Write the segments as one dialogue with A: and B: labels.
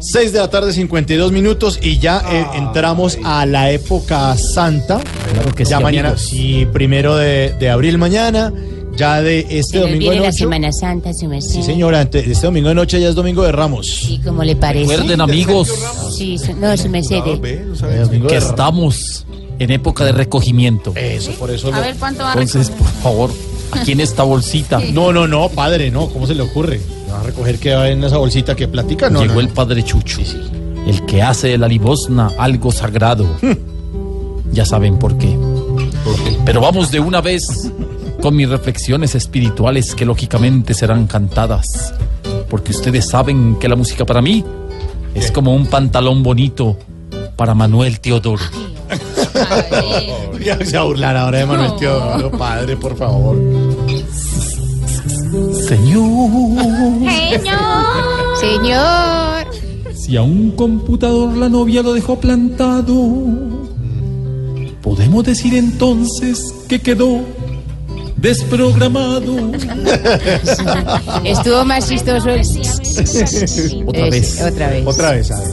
A: 6 de la tarde, 52 minutos y ya eh, entramos a la época santa.
B: Claro que sí,
A: ya mañana,
B: amigos.
A: sí, primero de, de abril mañana, ya de este
C: Se nos
A: domingo
C: viene
A: en
C: la
A: ocho.
C: Semana Santa, su merced.
A: Sí, señora, ante- este domingo de noche ya es domingo de Ramos.
C: Sí, como le parece.
B: Recuerden, amigos,
C: Sí, su- no, su merced. eh.
A: Eh, domingo
B: que
A: de Ramos.
B: estamos en época de recogimiento.
A: Eso, por eso.
D: A
A: lo-
D: ver cuánto va a
A: ah,
B: Entonces,
D: recoger?
B: por favor, aquí en esta bolsita
A: No, no, no, padre, no, ¿cómo se le ocurre? ¿Me Va a recoger que va en esa bolsita que platica, no.
B: llegó
A: no,
B: el
A: no.
B: Padre Chucho, el que hace de la limosna algo sagrado.
A: Hmm.
B: ya saben por qué. Pero vamos de una vez con mis reflexiones espirituales que lógicamente serán cantadas. Porque ustedes saben que la música para mí es como un pantalón bonito para Manuel Teodoro.
D: A ver.
A: Ya se va a burlar ahora de Manuel
D: No.
A: Teodoro, oh, padre, por favor.
B: Señor.
D: Señor.
C: Señor.
B: Si a un computador la novia lo dejó plantado, podemos decir entonces que quedó desprogramado.
C: Estuvo más chistoso el.
B: Otra
C: Ese,
B: vez.
C: Otra vez.
A: Otra vez, a ver.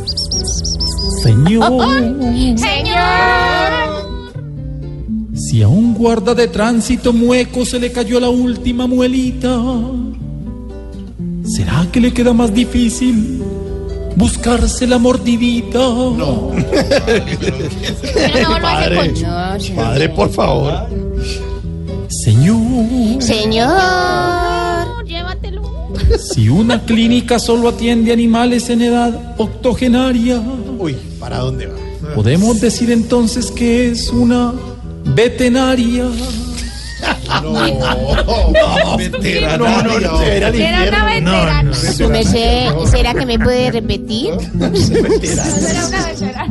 B: Señor,
D: Señor.
B: si a un guarda de tránsito mueco se le cayó la última muelita, ¿será que le queda más difícil buscarse la mordidita?
D: Pero no lo hace
A: Padre,
D: con
C: No, señor.
A: padre, por favor.
B: Señor.
C: Señor.
D: Chu, Llévatelo.
B: Si una clínica solo atiende animales en edad octogenaria,
A: Uy, ¿para dónde va?
B: podemos decir entonces que es una veterinaria.
A: Veterana, no, no, no, era el
D: Era una
A: infierno.
D: veterana.
C: Su merced, ¿será que me puede repetir?
D: Era una veterana.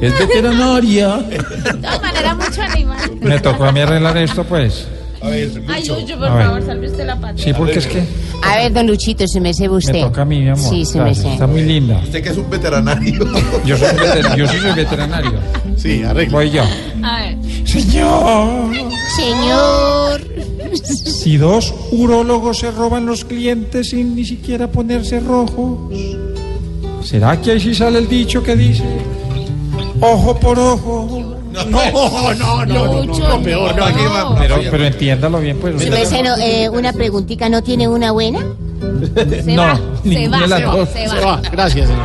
B: Es veterinaria.
D: De todas maneras, mucho animal.
E: Me tocó a mí arreglar esto, pues.
D: Ay, Yuyu, por
E: A ver.
D: favor, salve usted la patria.
E: Sí, porque es que
C: A ver, don Luchito, su merced, usted.
E: me toca a mí, mi amor.
C: Sí, su
E: Gracias,
C: merced.
E: Está muy linda.
F: Usted que es un veteranario.
E: Yo soy, veter- yo soy el veterinario.
A: Sí, arreglo.
E: Voy yo.
D: A ver.
E: Señor,
C: Señor.
E: si dos urólogos se roban los clientes sin ni siquiera ponerse rojos, ¿será que ahí sí sale el dicho que dice? Ojo por ojo.
A: No, no, no, no, no,
D: Lucho,
A: no, peor, no, aquí va.
E: Pero, pero entiéndalo bien, pues.
C: Su merced, no, eh, una preguntita, ¿no tiene una buena?
D: Se
E: No,
D: va. Se
E: ninguna
D: va.
E: de las dos.
D: Se
A: Se
D: va.
A: va, gracias, señor.